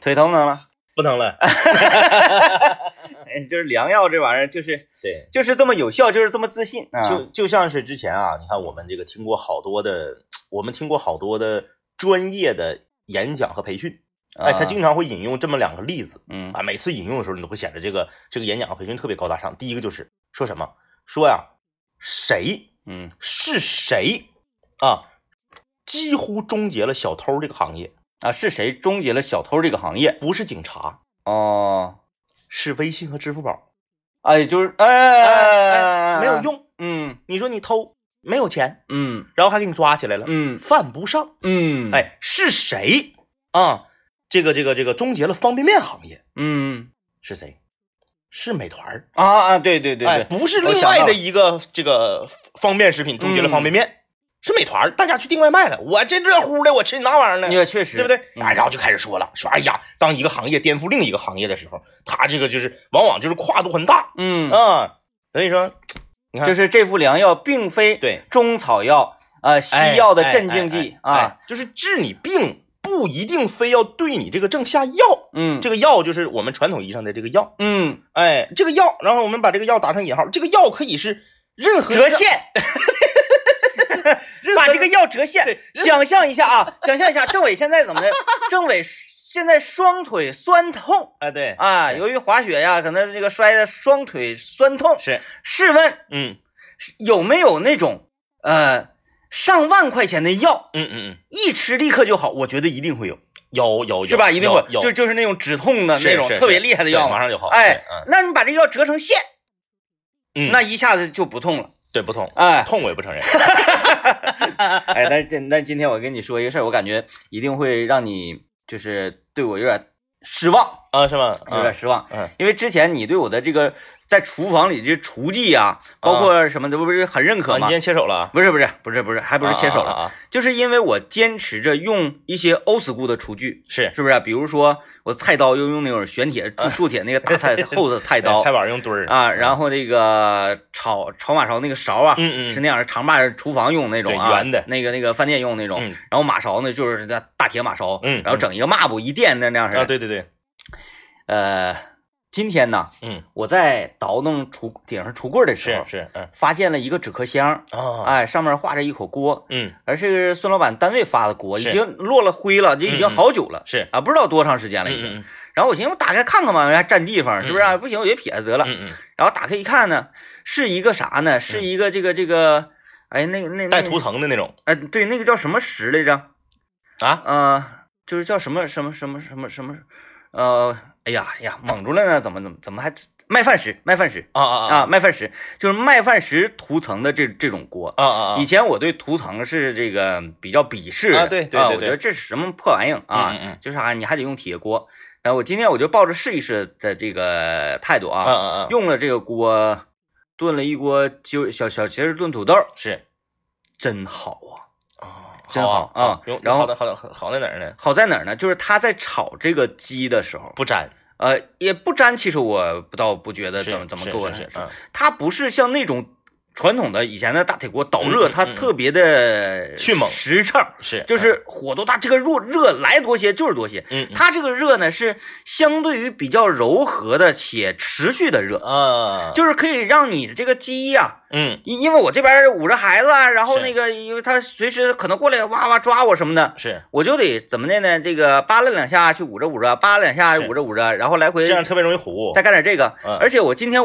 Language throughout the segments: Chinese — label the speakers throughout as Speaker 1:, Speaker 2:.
Speaker 1: 腿疼不疼了？
Speaker 2: 不疼了。
Speaker 1: 哎，就是良药这玩意儿，就是
Speaker 2: 对，
Speaker 1: 就是这么有效，就是这么自信啊。
Speaker 2: 就就像是之前啊，你看我们这个听过好多的，我们听过好多的专业的演讲和培训，哎，他
Speaker 1: 啊
Speaker 2: 经常会引用这么两个例子
Speaker 1: 嗯
Speaker 2: 啊，每次引用的时候，你都会显得这个这个演讲和培训特别高大上。第一个就是说什么说呀，谁
Speaker 1: 嗯
Speaker 2: 是谁啊，几乎终结了小偷这个行业，
Speaker 1: 啊，是谁终结了小偷这个行业？
Speaker 2: 不是警察，
Speaker 1: 哦，是
Speaker 2: 是微信和支付宝，
Speaker 1: 哎，就是哎哎哎哎
Speaker 2: 没有。用。
Speaker 1: 嗯
Speaker 2: 你说你偷没有钱，
Speaker 1: 嗯
Speaker 2: 然后还给你抓起来了，
Speaker 1: 嗯
Speaker 2: 犯不上。
Speaker 1: 嗯，
Speaker 2: 哎，是谁啊？这个这个这个终结了方便面行业
Speaker 1: 嗯
Speaker 2: 是谁？是美团儿，
Speaker 1: 啊啊，对对对
Speaker 2: 哎，
Speaker 1: 对，
Speaker 2: 不是
Speaker 1: 我
Speaker 2: 另
Speaker 1: 想
Speaker 2: 外
Speaker 1: 到
Speaker 2: 的
Speaker 1: 了嗯
Speaker 2: 一个这个方便食品终结了方便面，是美团儿，大家去订外卖了。我这热乎的，我吃你哪玩意儿呢？
Speaker 1: 也确实，
Speaker 2: 对不对？
Speaker 1: 嗯
Speaker 2: 哎，然后就开始说了，说哎呀，当一个行业颠覆另一个行业的时候，它这个就是往往就是跨度很大
Speaker 1: 嗯，
Speaker 2: 啊。所以说，你看，
Speaker 1: 就是是这副良药并非
Speaker 2: 对
Speaker 1: 中草药啊，西
Speaker 2: 哎
Speaker 1: 药的
Speaker 2: 哎
Speaker 1: 镇
Speaker 2: 哎
Speaker 1: 静
Speaker 2: 哎
Speaker 1: 剂
Speaker 2: 哎
Speaker 1: 啊，
Speaker 2: 就是治你病不一定非要对你这个症下药，
Speaker 1: 嗯
Speaker 2: 这个药就是我们传统意义上的这个药，
Speaker 1: 嗯，
Speaker 2: 哎，这个药，然后我们把这个药打上引号，这个药可以是任何
Speaker 1: 折现，
Speaker 2: 任何
Speaker 1: 把这个药折现
Speaker 2: 对，任
Speaker 1: 想象一下啊，想象一下政委现在怎么 的？政委现在双腿酸痛
Speaker 2: 哎，对，
Speaker 1: 啊，
Speaker 2: 对
Speaker 1: 由于滑雪呀，可能这个摔的双腿酸痛。
Speaker 2: 是，
Speaker 1: 试问
Speaker 2: 嗯
Speaker 1: 有没有那种呃上万块钱的药，
Speaker 2: 嗯嗯嗯，
Speaker 1: 一吃立刻就好？我觉得一定会有，
Speaker 2: 有有有
Speaker 1: 是吧？一定
Speaker 2: 有
Speaker 1: 会，
Speaker 2: 有
Speaker 1: 就就是那种止痛的
Speaker 2: 是
Speaker 1: 那种
Speaker 2: 是
Speaker 1: 特别
Speaker 2: 是
Speaker 1: 厉害的
Speaker 2: 对
Speaker 1: 药嘛
Speaker 2: 马。上就好，
Speaker 1: 哎
Speaker 2: 对嗯，
Speaker 1: 那你把这个药折成线，
Speaker 2: 嗯
Speaker 1: 那一下子就不痛了。
Speaker 2: 对不痛，
Speaker 1: 哎
Speaker 2: 痛我也不 承认，
Speaker 1: 哎，但是今但是今天我跟你说一个事儿，我感觉一定会让你就是对我有点失望，
Speaker 2: 啊，是吗？
Speaker 1: 有点
Speaker 2: 嗯
Speaker 1: 失望。
Speaker 2: 嗯
Speaker 1: 因为之前你对我的这个在厨房里这厨技啊，包
Speaker 2: 嗯
Speaker 1: 括什么的，不是很认
Speaker 2: 啊，
Speaker 1: 可
Speaker 2: 你今
Speaker 1: 吗？
Speaker 2: 天切手了啊？
Speaker 1: 不是不是不是不是，还不是切手了，
Speaker 2: 啊啊啊啊
Speaker 1: 就是因为我坚持着用一些 old school 的厨具，
Speaker 2: 是
Speaker 1: 是不是、啊比如说我菜刀又用那种玄铁、铸铸铁那个大 菜厚的菜刀
Speaker 2: 哎菜板用墩儿
Speaker 1: 啊，然后那个炒炒马勺那个勺啊，
Speaker 2: 嗯嗯
Speaker 1: 是那样的长把厨房用那种啊，
Speaker 2: 对圆的
Speaker 1: 那个那个饭店用那种，
Speaker 2: 嗯
Speaker 1: 然后马勺呢就是那大铁马勺，
Speaker 2: 嗯
Speaker 1: 然后整一个抹布一垫那那样式的。
Speaker 2: 啊，对对对，
Speaker 1: 呃，今天呢，
Speaker 2: 嗯，
Speaker 1: 我在倒弄橱顶上橱柜的时
Speaker 2: 是
Speaker 1: 候，
Speaker 2: 是，嗯
Speaker 1: 发现了一个纸壳箱，
Speaker 2: 啊，
Speaker 1: 哎，上面画着一口锅，
Speaker 2: 嗯
Speaker 1: 而是孙老板单位发的锅，已
Speaker 2: 是
Speaker 1: 经落了灰了，就已经
Speaker 2: 嗯嗯
Speaker 1: 好久了。
Speaker 2: 是，
Speaker 1: 啊，不知道多长时间了
Speaker 2: 嗯
Speaker 1: 已经。
Speaker 2: 嗯
Speaker 1: 然后我寻思，我打开看看吧，还占地方，是不是、啊？不行，我就撇了得了。
Speaker 2: 嗯嗯
Speaker 1: 然后打开一看呢，是一个啥呢？是一个这个这个，哎，那个那那
Speaker 2: 嗯，带图腾的那种
Speaker 1: 哎，对，那个叫什么石来着？
Speaker 2: 啊，
Speaker 1: 啊，就是叫什么什么什么什么什么，呃，哎呀哎呀，蒙住了呢，怎么怎么怎么还麦饭石？麦饭石
Speaker 2: 啊啊啊
Speaker 1: 啊，麦饭石就是麦饭石涂层的这这种锅。
Speaker 2: 啊啊啊
Speaker 1: 以前我对涂层是这个比较鄙视的
Speaker 2: 啊对对
Speaker 1: 啊
Speaker 2: 对
Speaker 1: 我
Speaker 2: 对
Speaker 1: 觉得这是什么破玩意儿啊？
Speaker 2: 嗯嗯嗯
Speaker 1: 就是啥、你还得用铁锅。那我今天我就抱着试一试的这个态度
Speaker 2: 啊啊啊，
Speaker 1: 用了这个锅炖了一锅就小小茄子炖土豆，
Speaker 2: 是
Speaker 1: 真好啊！
Speaker 2: 啊，
Speaker 1: 真
Speaker 2: 好
Speaker 1: 好啊
Speaker 2: 用
Speaker 1: 然后
Speaker 2: 好的好的好在哪儿呢？
Speaker 1: 好在哪儿呢？就是他在炒这个鸡的时候，
Speaker 2: 不粘，
Speaker 1: 呃，也不粘。其实我不倒不觉得
Speaker 2: 是
Speaker 1: 怎么怎么
Speaker 2: 是
Speaker 1: 给我
Speaker 2: 是是
Speaker 1: 说
Speaker 2: 嗯
Speaker 1: 它不是像那种传统的以前的大铁锅导热，
Speaker 2: 嗯嗯
Speaker 1: 它
Speaker 2: 嗯
Speaker 1: 特别的
Speaker 2: 迅猛
Speaker 1: 实诚，
Speaker 2: 是
Speaker 1: 就是火多大，这个热热来多些就是多些。
Speaker 2: 嗯嗯
Speaker 1: 它这个热呢是相对于比较柔和的且持续的热，
Speaker 2: 啊，
Speaker 1: 就是可以让你这个鸡呀、
Speaker 2: 嗯
Speaker 1: 因因为我这边捂着孩子啊，然后
Speaker 2: 是
Speaker 1: 那个，因为他随时可能过来哇哇抓我什么的，
Speaker 2: 是
Speaker 1: 我就得怎么的呢？这个扒拉两下去捂着捂着，扒拉两下
Speaker 2: 是
Speaker 1: 捂着捂着，然后来回
Speaker 2: 这样特别容易糊
Speaker 1: 再，干点这个。
Speaker 2: 嗯
Speaker 1: 而且我今天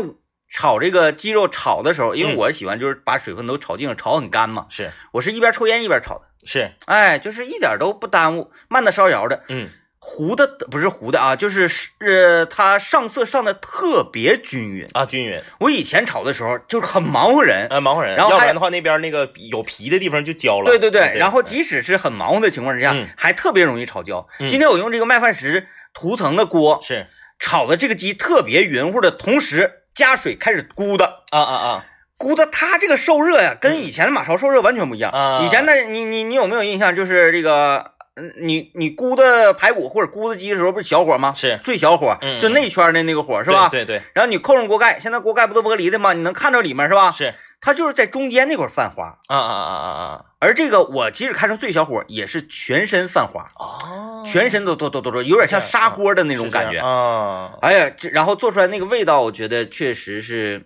Speaker 1: 炒这个鸡肉炒的时候，因为
Speaker 2: 嗯
Speaker 1: 我喜欢就是把水分都炒净，炒很干嘛。
Speaker 2: 是
Speaker 1: 我是一边抽烟一边炒的，
Speaker 2: 是
Speaker 1: 哎，就是一点都不耽误，慢的稍摇的，
Speaker 2: 嗯
Speaker 1: 糊的不是糊的啊，就是是呃它上色上的特别均匀。
Speaker 2: 啊均匀，
Speaker 1: 我以前炒的时候就是很忙活 人，
Speaker 2: 啊，忙活人，
Speaker 1: 然后
Speaker 2: 要不
Speaker 1: 还
Speaker 2: 然的话那边那个有皮的地方就焦了，
Speaker 1: 对对对，
Speaker 2: 哎对，
Speaker 1: 然后即使是很忙活的情况之下，
Speaker 2: 嗯
Speaker 1: 还特别容易炒焦。
Speaker 2: 嗯
Speaker 1: 今天我用这个麦饭石涂层的锅
Speaker 2: 是
Speaker 1: 炒的这个鸡特别匀乎的同时，加水开始咕的。
Speaker 2: 啊啊
Speaker 1: 咕的，它这个受热呀，跟以前的马勺受热完全不一样。
Speaker 2: 嗯啊
Speaker 1: 以前的你你你有没有印象？就是这个，嗯你你咕的排骨或者咕的鸡的时候，不是小火吗
Speaker 2: 啊，？是
Speaker 1: 最小火，
Speaker 2: 嗯
Speaker 1: 就那圈的那个火是吧？
Speaker 2: 对对对
Speaker 1: 然后你扣上锅盖，现在锅盖不都玻璃的吗？你能看着里面是吧？
Speaker 2: 是
Speaker 1: 它就是在中间那块泛花，
Speaker 2: 啊啊啊啊
Speaker 1: 而这个我即使开成最小火，也是全身泛花，
Speaker 2: 啊！哦
Speaker 1: 全身都都都都都有点像砂锅的那种感觉。
Speaker 2: 啊，
Speaker 1: 哎呀，这然后做出来那个味道，我觉得确实是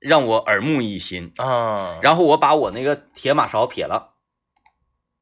Speaker 1: 让我耳目一新。
Speaker 2: 啊，
Speaker 1: 然后我把我那个铁马勺撇了，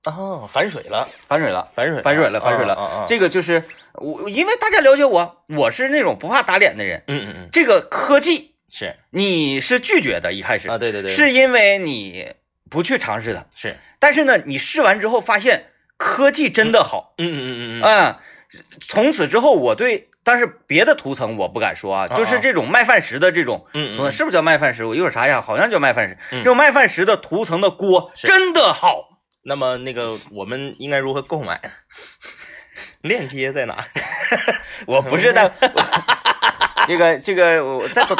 Speaker 2: 啊，反水了，
Speaker 1: 反水了。
Speaker 2: 反水了，
Speaker 1: 反水了，反水了。
Speaker 2: 啊啊啊
Speaker 1: 这个就是我，因为大家了解我，我是那种不怕打脸的人。
Speaker 2: 嗯嗯嗯，
Speaker 1: 这个科技
Speaker 2: 是
Speaker 1: 你是拒绝的，一开始、
Speaker 2: 啊，对对对，
Speaker 1: 是因为你不去尝试它。
Speaker 2: 是，
Speaker 1: 但是呢，你试完之后发现科技真的好，
Speaker 2: 嗯嗯嗯嗯嗯，
Speaker 1: 嗯，从此之后我对，但是别的涂层我不敢说啊，
Speaker 2: 啊
Speaker 1: 就是这种麦饭石的这种。
Speaker 2: 嗯
Speaker 1: 我
Speaker 2: 嗯
Speaker 1: 是不是叫麦饭石？我一会儿查一下，好像叫麦饭石。
Speaker 2: 嗯
Speaker 1: 这种麦饭石的涂层的锅
Speaker 2: 是
Speaker 1: 真的好，
Speaker 2: 那么那个我们应该如何购买？链接在 哪？
Speaker 1: 我不是在这个这个我在抖，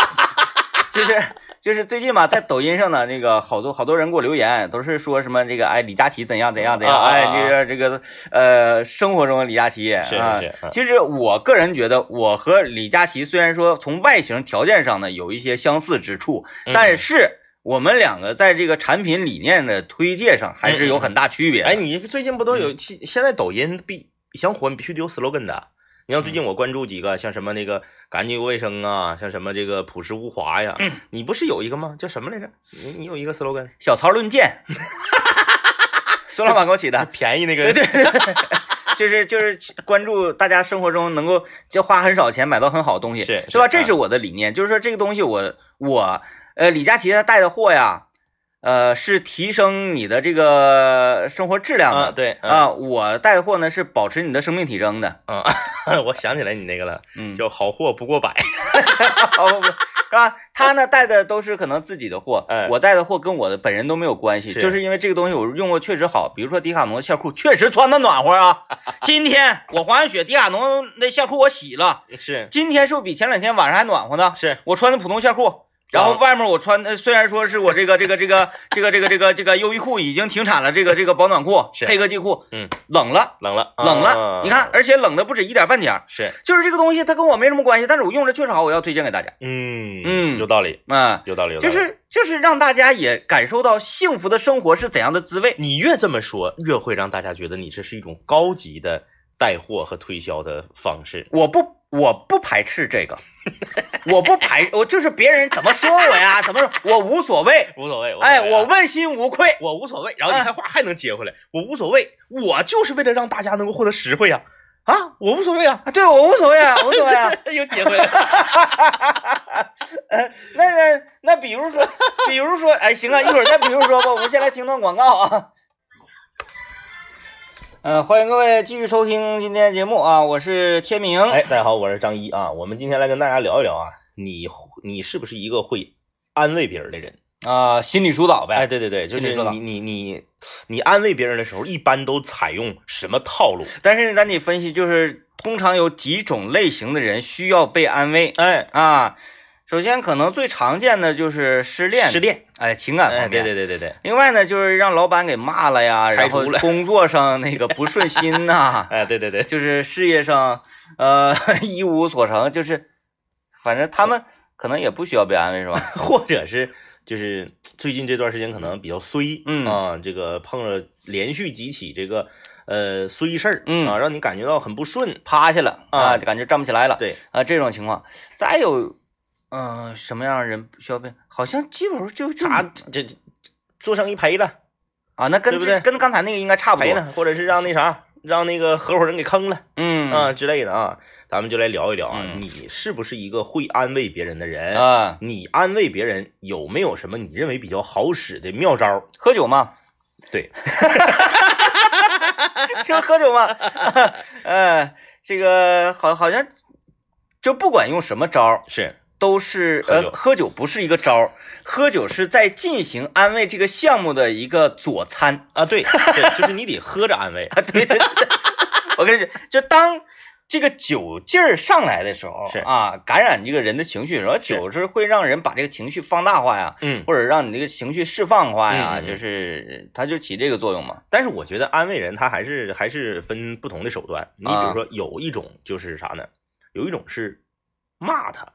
Speaker 1: 就是就是最近吧，在抖音上呢，那个好多好多人给我留言，都是说什么这个哎李佳琦怎样怎样怎样，
Speaker 2: 啊啊啊
Speaker 1: 哎这个这个呃生活中的李佳琦
Speaker 2: 是
Speaker 1: 啊
Speaker 2: 是是嗯
Speaker 1: 其实我个人觉得，我和李佳琦虽然说从外形条件上呢有一些相似之处，
Speaker 2: 嗯
Speaker 1: 但是我们两个在这个产品理念的推介上还是有很大区别的。
Speaker 2: 哎，你最近不都有？现现在抖音必想火，你必须得有 slogan 的。你像最近我关注几个，像什么那个干净卫生啊，像什么这个朴实无华呀，你不是有一个吗？叫什么来着？你你有一个 slogan，
Speaker 1: 小曹论 剑， 孙老板给我起的。
Speaker 2: 便宜那个
Speaker 1: 对对，就是就是关注大家生活中能够就花很少钱买到很好的东西，
Speaker 2: 是啊
Speaker 1: 吧？
Speaker 2: 是
Speaker 1: 这是我的理念，就是说这个东西我我呃李佳琦他带的货呀，呃是提升你的这个生活质量
Speaker 2: 啊，
Speaker 1: 的。
Speaker 2: 对啊，
Speaker 1: 啊，我带的货呢是保持你的生命体征的，
Speaker 2: 嗯， 我想起来你那个了，
Speaker 1: 嗯，
Speaker 2: 叫好货不过百。
Speaker 1: 哦不不是吧？他呢带的都是可能自己的货，
Speaker 2: 哎
Speaker 1: 我带的货跟我的本人都没有关系，
Speaker 2: 是
Speaker 1: 就是因为这个东西我用过确实好，比如说迪卡侬的校裤确实穿的暖和啊。今天我滑完雪，迪卡侬那校裤我洗了，
Speaker 2: 是
Speaker 1: 今天是不是比前两天晚上还暖和呢？
Speaker 2: 是，
Speaker 1: 我穿的普通校裤。然
Speaker 2: 啊
Speaker 1: 后外面我穿的虽然说是我这个这个这个这个这个这个这个优衣库已经停产了，这个这个保暖裤
Speaker 2: 是
Speaker 1: 配个季裤，
Speaker 2: 嗯，
Speaker 1: 冷了
Speaker 2: 冷了，
Speaker 1: 冷了
Speaker 2: 啊，
Speaker 1: 你看，而且冷的不止一点半点儿，
Speaker 2: 是，
Speaker 1: 就是这个东西它跟我没什么关系，但是我用着确实好，我要推荐给大家。
Speaker 2: 嗯
Speaker 1: 嗯
Speaker 2: 有道理，
Speaker 1: 嗯，
Speaker 2: 有道理，有
Speaker 1: 就
Speaker 2: 道理。
Speaker 1: 是就是让大家也感受到幸福的生活是怎样的滋味。
Speaker 2: 你越这么说，越会让大家觉得你这是一种高级的带货和推销的方式。
Speaker 1: 我不我不排斥这 个，我不排我就是别人怎么说我呀，怎么说我无所谓，
Speaker 2: 无所谓，啊哎
Speaker 1: 哎，我
Speaker 2: 我
Speaker 1: 问心无愧。
Speaker 2: 我无所谓。然后你看话还能接回来，我无所谓，我就是为了让大家能够获得实惠呀、啊，我无所谓啊，
Speaker 1: 啊，对我无所谓啊，无所谓啊。
Speaker 2: 哎又接回来 了。
Speaker 1: 那那那，比如说，比如说，哎，行啊，一会儿再比如说吧，我们先来听段广告啊。呃，欢迎各位继续收听今天的节目啊，我是天明。
Speaker 2: 哎，大家好，我是张一啊，我们今天来跟大家聊一聊啊，你你是不是一个会安慰别人的人？
Speaker 1: 啊、心理疏导呗。
Speaker 2: 哎，对对对，就
Speaker 1: 心里
Speaker 2: 是
Speaker 1: 说的
Speaker 2: 你你你你安慰别人的时候，一般都采用什么套路？
Speaker 1: 但是咱得分析，就是通常有几种类型的人需要被安慰
Speaker 2: 哎，
Speaker 1: 啊。首先，可能最常见的就是失恋，
Speaker 2: 失，恋，
Speaker 1: 哎，情感
Speaker 2: 哎，
Speaker 1: 方
Speaker 2: 对
Speaker 1: 面。
Speaker 2: 对
Speaker 1: 对。
Speaker 2: 对对对，
Speaker 1: 另外呢，就是让老板给骂了呀，
Speaker 2: 开
Speaker 1: 然
Speaker 2: 除
Speaker 1: 后
Speaker 2: 了
Speaker 1: 工作上那个不顺心 呐、
Speaker 2: 哎，对对对，
Speaker 1: 就是事业上呃一无所成，就是反正他们可能也不需要被安慰，是吧？
Speaker 2: 或者是就是最近这段时间可能比较衰，
Speaker 1: 嗯
Speaker 2: 啊，这个碰了连续几起这个呃衰事儿，
Speaker 1: 嗯
Speaker 2: 啊，让你感觉到很不顺，
Speaker 1: 趴下了
Speaker 2: 啊
Speaker 1: 啊，感觉站不起来了。
Speaker 2: 对，
Speaker 1: 啊，这种情况，再有，嗯、什么样的人需要被？好像基本上就就
Speaker 2: 啥啊这这做生意赔了
Speaker 1: 啊，那跟
Speaker 2: 对不
Speaker 1: 这
Speaker 2: 对
Speaker 1: 跟刚才那个应该差不
Speaker 2: 赔
Speaker 1: 多。
Speaker 2: 了，或者是让那啥让那个合伙人给坑了
Speaker 1: 嗯
Speaker 2: 啊之类的啊，咱们就来聊一聊啊，
Speaker 1: 嗯
Speaker 2: 你是不是一个会安慰别人的人？
Speaker 1: 啊，
Speaker 2: 你安慰别人有没有什么你认为比较好使的妙招儿？
Speaker 1: 喝酒嘛，
Speaker 2: 对，
Speaker 1: 就喝酒嘛。 呃，这个好好像就不管用什么招儿，
Speaker 2: 是
Speaker 1: 都是
Speaker 2: 喝酒
Speaker 1: 呃，喝酒不是一个招儿，喝酒是在进行安慰这个项目的一个佐 餐。，
Speaker 2: 啊，对对，就是你得喝着安慰
Speaker 1: 啊，对对对，我跟你说，就当这个酒劲儿上来的时候，
Speaker 2: 是
Speaker 1: 啊，感染这个人的情绪，然后酒是会让人把这个情绪放大化呀，
Speaker 2: 嗯。
Speaker 1: 或者让你这个情绪释放化呀，
Speaker 2: 嗯嗯嗯
Speaker 1: 就是它就起这个作用嘛。
Speaker 2: 但是我觉得安慰人，他还是还是分不同的手段。你比
Speaker 1: 啊
Speaker 2: 如说，有一种就是啥呢？有一种是骂他，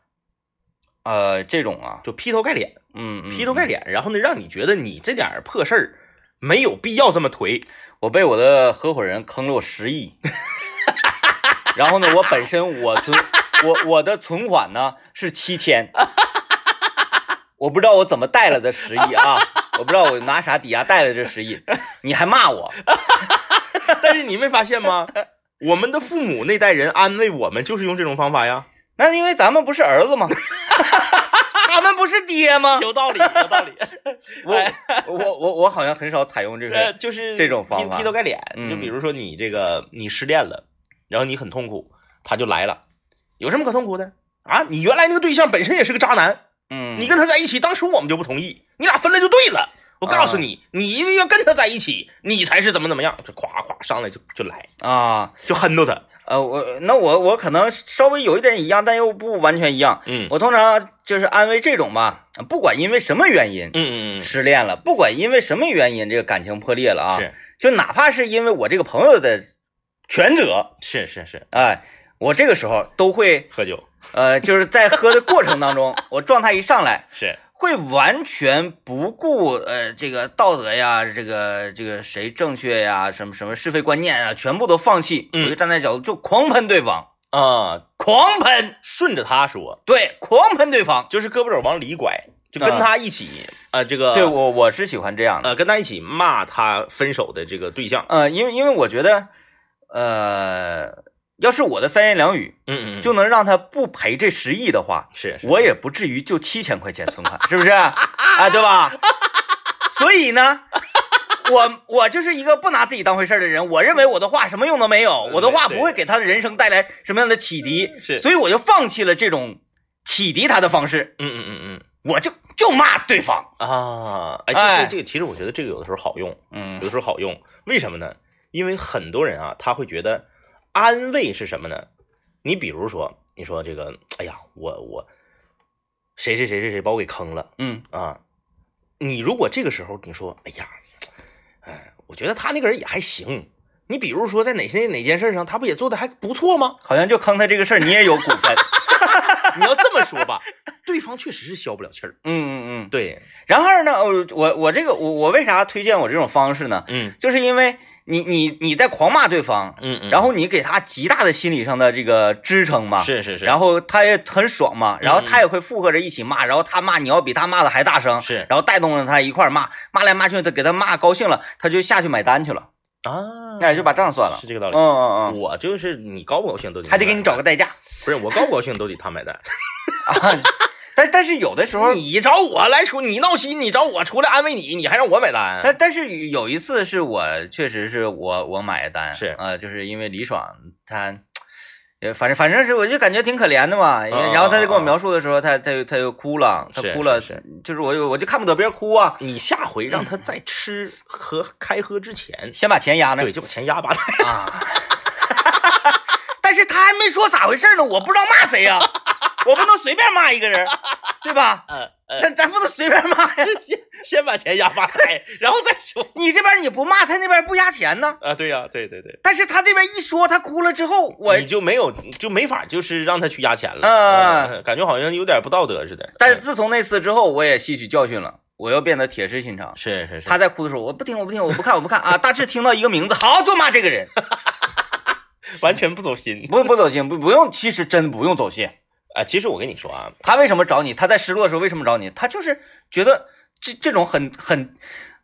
Speaker 1: 呃，这种啊，
Speaker 2: 就劈头盖脸，
Speaker 1: 嗯，嗯
Speaker 2: 劈头盖脸，然后呢，让你觉得你这点儿破事儿没有必要这么颓。
Speaker 1: 我被我的合伙人坑了我十亿， 然后呢，我本身我存我我的存款呢是七千，我不知道我怎么贷了这十亿啊，我不知道我拿啥抵押贷了这十亿，你还骂我，
Speaker 2: 但是你没发现吗？ 我们的父母那代人安慰我们就是用这种方法呀，
Speaker 1: 那因为咱们不是儿子吗？ 他们不是爹吗？
Speaker 2: 有道理，有 道理。
Speaker 1: 我我我我好像很少采用这
Speaker 2: 呃，
Speaker 1: 个，
Speaker 2: 就是
Speaker 1: 这种方
Speaker 2: 劈
Speaker 1: 法
Speaker 2: 劈头盖脸。
Speaker 1: 嗯
Speaker 2: 就比如说你这个你失恋了，然后你很痛苦，他就来了，有什么可痛苦的啊？你原来那个对象本身也是个渣男，
Speaker 1: 嗯，
Speaker 2: 你跟他在一起，当时我们就不同意，你俩分了就对了。我告诉你，你要跟他在一起，你才是怎么怎么样，就夸夸上来就就来，
Speaker 1: 啊，
Speaker 2: 就恨到他。
Speaker 1: 呃，我那我我可能稍微有一点一样，但又不完全一样。
Speaker 2: 嗯
Speaker 1: 我通常就是安慰这种吧，不管因为什么原因、
Speaker 2: 嗯嗯
Speaker 1: 失恋了，不管因为什么原因这个感情破裂了啊，
Speaker 2: 嗯，
Speaker 1: 就哪怕是因为我这个朋友的全责，
Speaker 2: 是是是是，
Speaker 1: 哎、我这个时候都会
Speaker 2: 喝酒
Speaker 1: 呃， 就是在喝的过程当中， 我状态一上来。
Speaker 2: 是
Speaker 1: 会完全不顾呃这个道德呀，这个这个谁正确呀，什么什么是非观念啊，全部都放弃，
Speaker 2: 嗯
Speaker 1: 我就站在角度就狂喷对方，
Speaker 2: 啊，
Speaker 1: 狂喷，
Speaker 2: 顺着他说，
Speaker 1: 对，狂喷对方。
Speaker 2: 就是胳膊肘往里拐，就跟他一起啊，这个
Speaker 1: 对我我是喜欢这样的，
Speaker 2: 呃，跟他一起骂他分手的这个对象，
Speaker 1: 呃，因为因为我觉得，呃，要是我的三言两语
Speaker 2: 嗯嗯
Speaker 1: 就
Speaker 2: 就
Speaker 1: 能让他不赔这十亿的话，
Speaker 2: 是
Speaker 1: 我也不至于就七千块钱存款，是不是？啊，对吧？所以呢，我我就是一个不拿自己当回事儿的人，我认为我的话什么用都没
Speaker 2: 呃
Speaker 1: 有，我的话不会给他的人生带来什么样的启迪，
Speaker 2: 嗯是
Speaker 1: 所以我就放弃了这种启迪他的方式，
Speaker 2: 嗯嗯嗯
Speaker 1: 我就就骂对方，
Speaker 2: 嗯啊，哎，
Speaker 1: 哎
Speaker 2: 这这这个其实我觉得这个有的时候好用，有
Speaker 1: 嗯
Speaker 2: 的时候好用，为什么呢？因为很多人啊，他会觉得安慰是什么呢？你比如说，你说这个，哎呀，我我谁谁谁谁谁把我给坑了
Speaker 1: 嗯
Speaker 2: 啊！你如果这个时候你说，哎呀，哎，我觉得他那个人也还行。你比如说，在哪些哪件事上，他不也做的还不错吗？
Speaker 1: 好像就坑他这个事儿，你也有股份。
Speaker 2: 你要这么说吧，对方确实是消不了气儿。
Speaker 1: 嗯嗯嗯。
Speaker 2: 对，
Speaker 1: 然后呢，呃我我这个我我为啥推荐我这种方式呢？
Speaker 2: 嗯
Speaker 1: 就是因为你你你在狂骂对方，
Speaker 2: 嗯嗯，
Speaker 1: 然后你给他极大的心理上的这个支撑嘛，
Speaker 2: 是是是，嗯
Speaker 1: 然后他也很爽嘛，然后他也会附和着一起骂，然后他骂你要比他骂的还大声，
Speaker 2: 是
Speaker 1: 然后带动着他一块儿骂，骂来骂去，他给他骂高兴了，他就下去买单去了，
Speaker 2: 啊，
Speaker 1: 哎，就把账算了，
Speaker 2: 是这个道
Speaker 1: 嗯
Speaker 2: 理。
Speaker 1: 嗯嗯，
Speaker 2: 我就是你高不高兴都得
Speaker 1: 还得给你找个代驾，
Speaker 2: 不是我高不高兴都得他买 单。
Speaker 1: 但但是有的时候，
Speaker 2: 你找我来出，你闹心，你找我出来安慰你，你还让我买单？
Speaker 1: 但但是有一次是我确实是我我买的单，
Speaker 2: 是
Speaker 1: 呃，就是因为李爽他，呃，反正反正是我就感觉挺可怜的嘛。因
Speaker 2: 啊
Speaker 1: 为然后他就跟我描述的时候，他他又他又哭了，他
Speaker 2: 是
Speaker 1: 哭了，
Speaker 2: 是
Speaker 1: 就是我就我就看不得别人哭啊，
Speaker 2: 你下回让他在吃和开喝之前，
Speaker 1: 先把钱压那儿
Speaker 2: 对，就把钱压巴他。
Speaker 1: 啊。 但是他还没说咋回事呢，我不知道骂谁呀、我不能随便骂一个人，对吧？
Speaker 2: 嗯，
Speaker 1: 咱咱不能随便骂 呀。
Speaker 2: 先 先把钱压吧台，然后再说。
Speaker 1: 你这边你不骂，他那边不压钱呢。
Speaker 2: 啊，对呀、对对对，
Speaker 1: 但是他这边一说，他哭了之后，我
Speaker 2: 你就没有就没法，就是让他去压钱了。
Speaker 1: 嗯
Speaker 2: 嗯，感觉好像有点不道德似的。嗯
Speaker 1: 但是自从那次之后，我也吸取教训了，我要变得铁石心肠。
Speaker 2: 是是是，
Speaker 1: 他在哭的时候，我不听，我不听，我不看，我不看啊！大致听到一个名字，好，就骂这个人，
Speaker 2: 完全不走心
Speaker 1: 不不走心，不不用，其实真不用走心。
Speaker 2: 啊。其实我跟你说啊，
Speaker 1: 他为什么找你？他在失落的时候为什么找你？他就是觉得这这种很很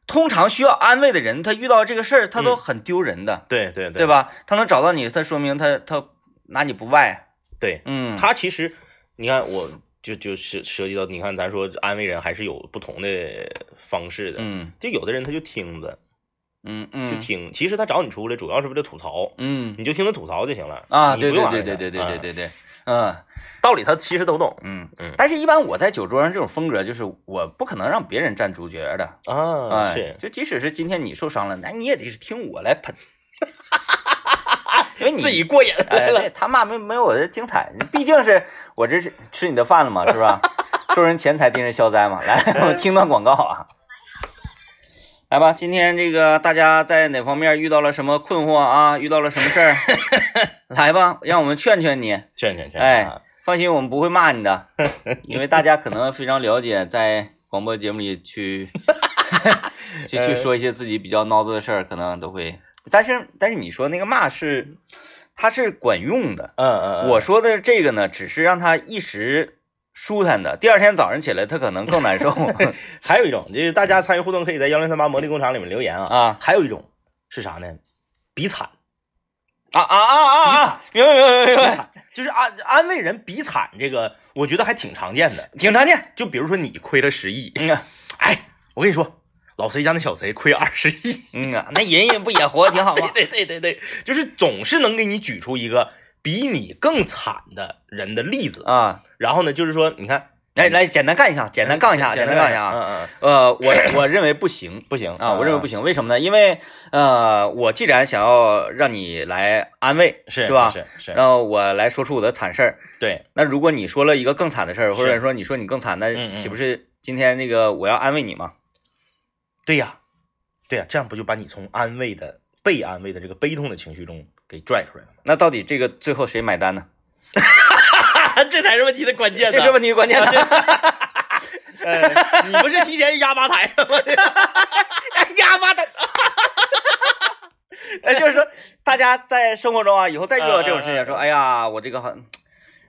Speaker 1: 通常需要安慰的人，他遇到这个事儿，他都很丢人的，
Speaker 2: 对对嗯对
Speaker 1: 对？吧？他能找到你，他说明他他拿你不外，
Speaker 2: 对，
Speaker 1: 嗯，
Speaker 2: 他其实，你看，我就就是涉及到，你看，咱说安慰人还是有不同的方式的。
Speaker 1: 嗯
Speaker 2: 就有的人他就听着，
Speaker 1: 嗯
Speaker 2: 就
Speaker 1: 嗯
Speaker 2: 听。其实他找你出来主要是为了吐槽，
Speaker 1: 嗯
Speaker 2: 你就听他吐槽就行了
Speaker 1: 啊，
Speaker 2: 你
Speaker 1: 对
Speaker 2: 不
Speaker 1: 对
Speaker 2: 用安
Speaker 1: 对
Speaker 2: 慰
Speaker 1: 对对
Speaker 2: 他
Speaker 1: 对对
Speaker 2: 嗯
Speaker 1: 对对，嗯。
Speaker 2: 道理他其实都懂
Speaker 1: 嗯
Speaker 2: 嗯，
Speaker 1: 但是，一般我在酒桌上这种风格，就是我不可能让别人占主角的，
Speaker 2: 啊。
Speaker 1: 哎，
Speaker 2: 是
Speaker 1: 就即使是今天你受伤了，那你也得是听我来 喷，因为你
Speaker 2: 自己过瘾
Speaker 1: 哎，
Speaker 2: 来了，
Speaker 1: 对他骂没没有我的精彩，毕竟是我这是吃你的饭了嘛，是吧？收人钱财，盯人消灾嘛。来，我们听段广告啊。来吧，今天这个大家在哪方面遇到了什么 困惑啊？遇到了什么事儿？来吧，让我们劝劝你。
Speaker 2: 劝劝劝。
Speaker 1: 哎
Speaker 2: 啊
Speaker 1: 放心，我们不会骂你的， 因为大家可能非常了解，在广播节目里 去 去
Speaker 2: 呃
Speaker 1: 去说一些自己比较孬子的事儿，可能都会。但是但是你说那个骂是，它是管用的。
Speaker 2: 嗯嗯，
Speaker 1: 我说的这个呢，只是让他一时舒坦的，第二天早上起来他可能更 难受
Speaker 2: 还有一种就是大家参与互动，可以在幺零三八魔力工厂里面留言啊。
Speaker 1: 啊
Speaker 2: 还有一种是啥呢？比惨，
Speaker 1: 啊啊啊啊啊！明白明白明
Speaker 2: 比
Speaker 1: 白，
Speaker 2: 惨就是安安慰人比惨这个，我觉得还挺常见的。
Speaker 1: 挺常见。
Speaker 2: 就比如说你亏了十亿，
Speaker 1: 嗯啊
Speaker 2: 哎，我跟你说，老谁家那小贼亏二十亿，
Speaker 1: 嗯啊，那人也不也活得挺好吗？
Speaker 2: 对对对对，就是总是能给你举出一个比你更惨的人的例子。
Speaker 1: 啊，
Speaker 2: 然后呢，就是说，你看，
Speaker 1: 来来，简单干一下，简单杠一下， 简
Speaker 2: 简单
Speaker 1: 单杠一下啊。
Speaker 2: 嗯嗯，
Speaker 1: 呃，我我认为不行。
Speaker 2: 不行
Speaker 1: 啊，我认为不行，为什么呢？因为呃，我既然想要让你来安慰，
Speaker 2: 嗯是
Speaker 1: 吧？
Speaker 2: 是是，
Speaker 1: 然后我来说出我的惨事儿。
Speaker 2: 对，
Speaker 1: 那如果你说了一个更惨的事儿，或者
Speaker 2: 是
Speaker 1: 说你说你更惨，
Speaker 2: 嗯
Speaker 1: 那
Speaker 2: 嗯
Speaker 1: 岂不是今天那个我要安慰你吗？
Speaker 2: 对呀，对呀，这样不就把你从安慰的被安慰的这个悲痛的情绪中给拽出来了吗？
Speaker 1: 那到底这个最后谁买单呢？
Speaker 2: 这才是问题的关键
Speaker 1: 这是问题 关键的。
Speaker 2: 哎你不是提前压吧台了吗？
Speaker 1: 哑巴的。哎，就是说，大家在生活中啊，以后再遇到这种
Speaker 2: 嗯
Speaker 1: 事情，说，哎呀，我这个很，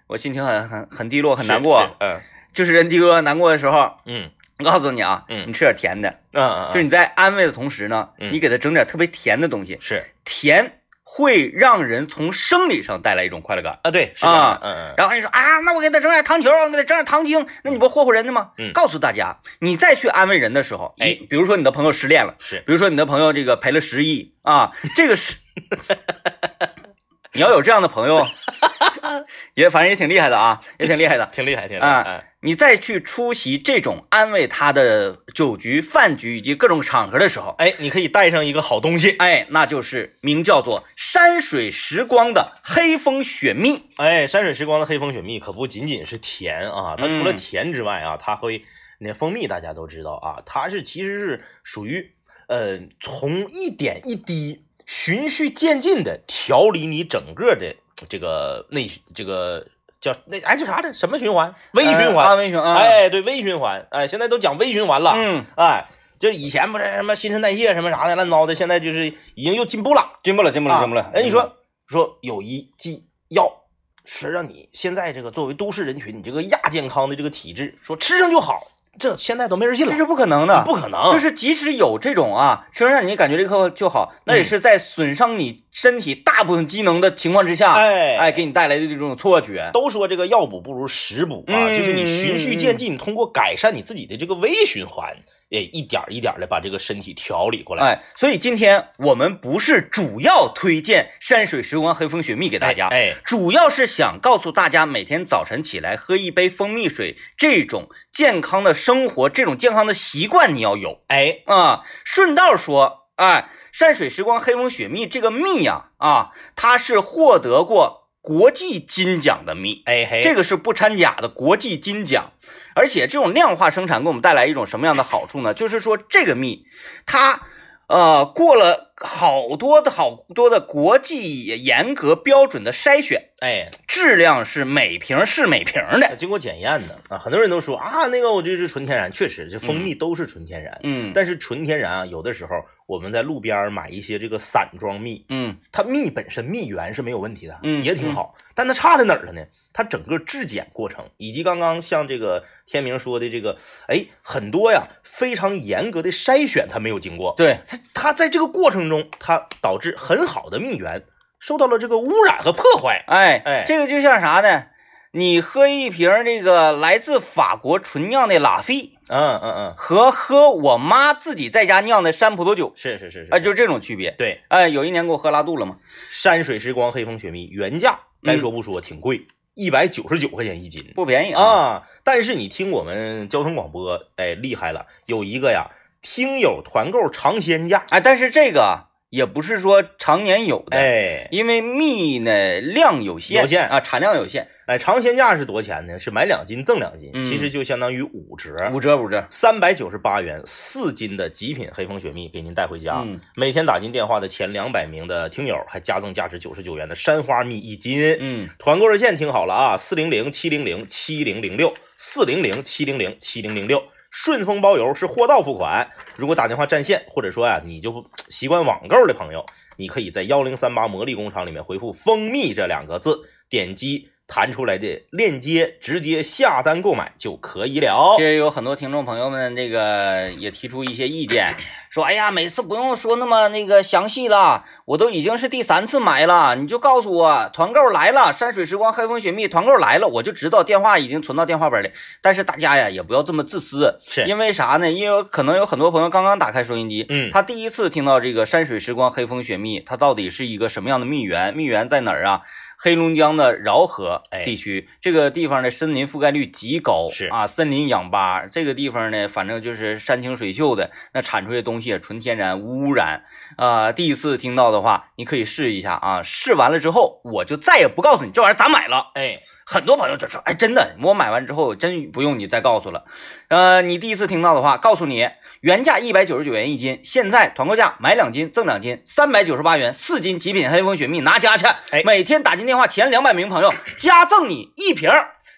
Speaker 1: 我心情很很很低落，很难过。
Speaker 2: 嗯
Speaker 1: 就是人低落难过的时候，
Speaker 2: 嗯
Speaker 1: 我告诉你啊，
Speaker 2: 嗯
Speaker 1: 你吃点甜的，
Speaker 2: 嗯
Speaker 1: 就是
Speaker 2: 嗯，
Speaker 1: 你在安慰的同时呢，
Speaker 2: 嗯
Speaker 1: 你给他整点特别甜的东西，
Speaker 2: 是
Speaker 1: 甜会让人从生理上带来一种快乐感。
Speaker 2: 啊，对，是
Speaker 1: 啊
Speaker 2: 嗯嗯，
Speaker 1: 然后你说啊，那我给他整点糖球，我给他整点糖精，那你不霍霍人的吗？
Speaker 2: 嗯
Speaker 1: 告诉大家，你再去安慰人的时候，
Speaker 2: 哎
Speaker 1: 你比如说你的朋友失恋了，
Speaker 2: 是
Speaker 1: 比如说你的朋友这个赔了十亿啊，这个 是，你要有这样的朋友，也反正也挺厉害的啊，也挺厉害的。
Speaker 2: 挺厉害，嗯挺厉
Speaker 1: 啊
Speaker 2: 害。
Speaker 1: 你再去出席这种安慰他的酒局、饭局以及各种场合的时候，
Speaker 2: 哎，你可以带上一个好东西，
Speaker 1: 哎，那就是名叫做山水时光的黑蜂雪蜜。
Speaker 2: 哎，山水时光的黑蜂雪蜜可不仅仅是甜啊，它除
Speaker 1: 嗯
Speaker 2: 了甜之外啊，它会那蜂蜜大家都知道啊，它是其实是属于呃从一点一滴循序渐进的调理你整个的这个内这个叫那哎叫啥的什么循环微循
Speaker 1: 呃
Speaker 2: 环
Speaker 1: 啊，微循环，，
Speaker 2: 哎，对，微循环，哎，现在都讲微循环了，
Speaker 1: 嗯，
Speaker 2: 哎，就是以前不是什么新陈代谢什么啥的乱糟的，现在就是已经又进步了，
Speaker 1: 进步了，进步了，进步了嗯
Speaker 2: 啊。哎，你说说有一剂药是让你现在这个作为都市人群，你这个亚健康的这个体质，说吃上就好，这现在都没人信
Speaker 1: 这
Speaker 2: 了，
Speaker 1: 是不可能的，
Speaker 2: 不可能，
Speaker 1: 就是即使有这种啊，说让你感觉这个就好，那也是在损伤你身体大部分机能的情况之下，
Speaker 2: 哎
Speaker 1: 哎，给你带来的这种错觉。
Speaker 2: 都说这个药补不如食补啊，
Speaker 1: 嗯
Speaker 2: 就是你循序渐进，通过改善你自己的这个微循环，哎，一点儿一点的把这个身体调理过来。
Speaker 1: 哎，所以今天我们不是主要推荐山水时光黑蜂雪蜜给大家，
Speaker 2: 哎哎
Speaker 1: 主要是想告诉大家，每天早晨起来喝一杯蜂蜜水，这种健康的生活，这种健康的习惯你要有
Speaker 2: 哎，
Speaker 1: 啊。顺道说，哎，山水时光黑蜂雪蜜这个蜜呀、啊，它是获得过国际金奖的蜜，
Speaker 2: 哎嘿，
Speaker 1: 这
Speaker 2: 个
Speaker 1: 个是不掺假的国际金奖，而且这种量化生产给我们带来一种什么样的好处呢？就是说这个蜜，它呃过了好多的好多的国际严格标准的筛选，
Speaker 2: 哎，
Speaker 1: 质量是每瓶是每瓶的。
Speaker 2: 经过检验的啊，很多人都说啊，那个我这是纯天然，确实这蜂蜜都是纯天然，
Speaker 1: 嗯
Speaker 2: 但是纯天然啊，有的时候我们在路边儿买一些这个散装蜜，
Speaker 1: 嗯
Speaker 2: 它蜜本身蜜源是没有问题的，
Speaker 1: 嗯
Speaker 2: 也挺好，但它差在哪儿了呢？它整个质检过程，以及刚刚像这个天明说的这个，哎，很多呀非常严格的筛选，它没有经过，
Speaker 1: 对，
Speaker 2: 它它在这个过程中，它导致很好的蜜源受到了这个污染和破坏，
Speaker 1: 哎
Speaker 2: 哎
Speaker 1: 这个就像啥呢？你喝一瓶这个来自法国纯酿的拉菲，
Speaker 2: 嗯嗯嗯，
Speaker 1: 和喝我妈自己在家酿的山葡萄酒，
Speaker 2: 是是是是，
Speaker 1: 哎、就是这种区别。
Speaker 2: 啊对。
Speaker 1: 哎，有一年给我喝拉肚了嘛，
Speaker 2: 山水时光黑蜂雪蜜原价，该说不说挺贵，一百九十九块钱一斤
Speaker 1: 不便宜啊。
Speaker 2: 啊！但是你听我们交通广播，哎，厉害了，有一个呀，听友团购尝鲜价，
Speaker 1: 哎，但是这个也不是说常年有的，
Speaker 2: 哎
Speaker 1: 因为蜜呢量有限，
Speaker 2: 有限
Speaker 1: 啊，产量有限，
Speaker 2: 哎，尝鲜价是多少钱呢？是买两斤赠两斤，
Speaker 1: 嗯
Speaker 2: 其实就相当于五折。
Speaker 1: 五折五折。
Speaker 2: 三百九十八元四斤的极品黑蜂雪蜜给您带回家，
Speaker 1: 嗯
Speaker 2: 每天打进电话的前两百名的听友还加赠价值九十九元的山花蜜一斤。
Speaker 1: 嗯，
Speaker 2: 团购热线听好了啊，四零零七零零七零零六，四零零七零零七零零六。顺丰包邮是货到付款，如果打电话占线，或者说呀、你就不习惯网购的朋友，你可以在幺零三八魔力工厂里面回复“蜂蜜”这两个字，点击弹出来的链接，直接下单购买就可以了
Speaker 1: 其。实有很多听众朋友们，这个也提出一些意见， 说，哎呀，每次不用说那么那个详细了，我都已经是第三次买了，你就告诉我团购来了，山水时光黑蜂雪蜜团购来了，我就知道电话已经存到电话本里。但是大家呀，也不要这么自私，
Speaker 2: 是
Speaker 1: 因为啥呢？因为可能有很多朋友刚刚打开收音机，
Speaker 2: 嗯
Speaker 1: 他第一次听到这个山水时光黑蜂雪蜜，它到底是一个什么样的蜜源？蜜源在哪儿啊？黑龙江的饶河地区，这个地方的森林覆盖率极高，
Speaker 2: 哎是
Speaker 1: 啊，森林氧吧。这个地方呢，反正就是山清水秀的，那产出的东西也纯天然，无污染。啊、第一次听到的话，你可以试一下啊。试完了之后，我就再也不告诉你这玩意儿咋买了。
Speaker 2: 哎，
Speaker 1: 很多朋友就说：“哎，真的，我买完之后真不用你再告诉了。”呃，你第一次听到的话，告诉你原价一百九十九元一斤，现在团购价买两斤赠两斤，三百九十八元四斤极品黑蜂雪蜜拿家去。
Speaker 2: 哎
Speaker 1: 每天打进电话前两百名朋友加赠你一瓶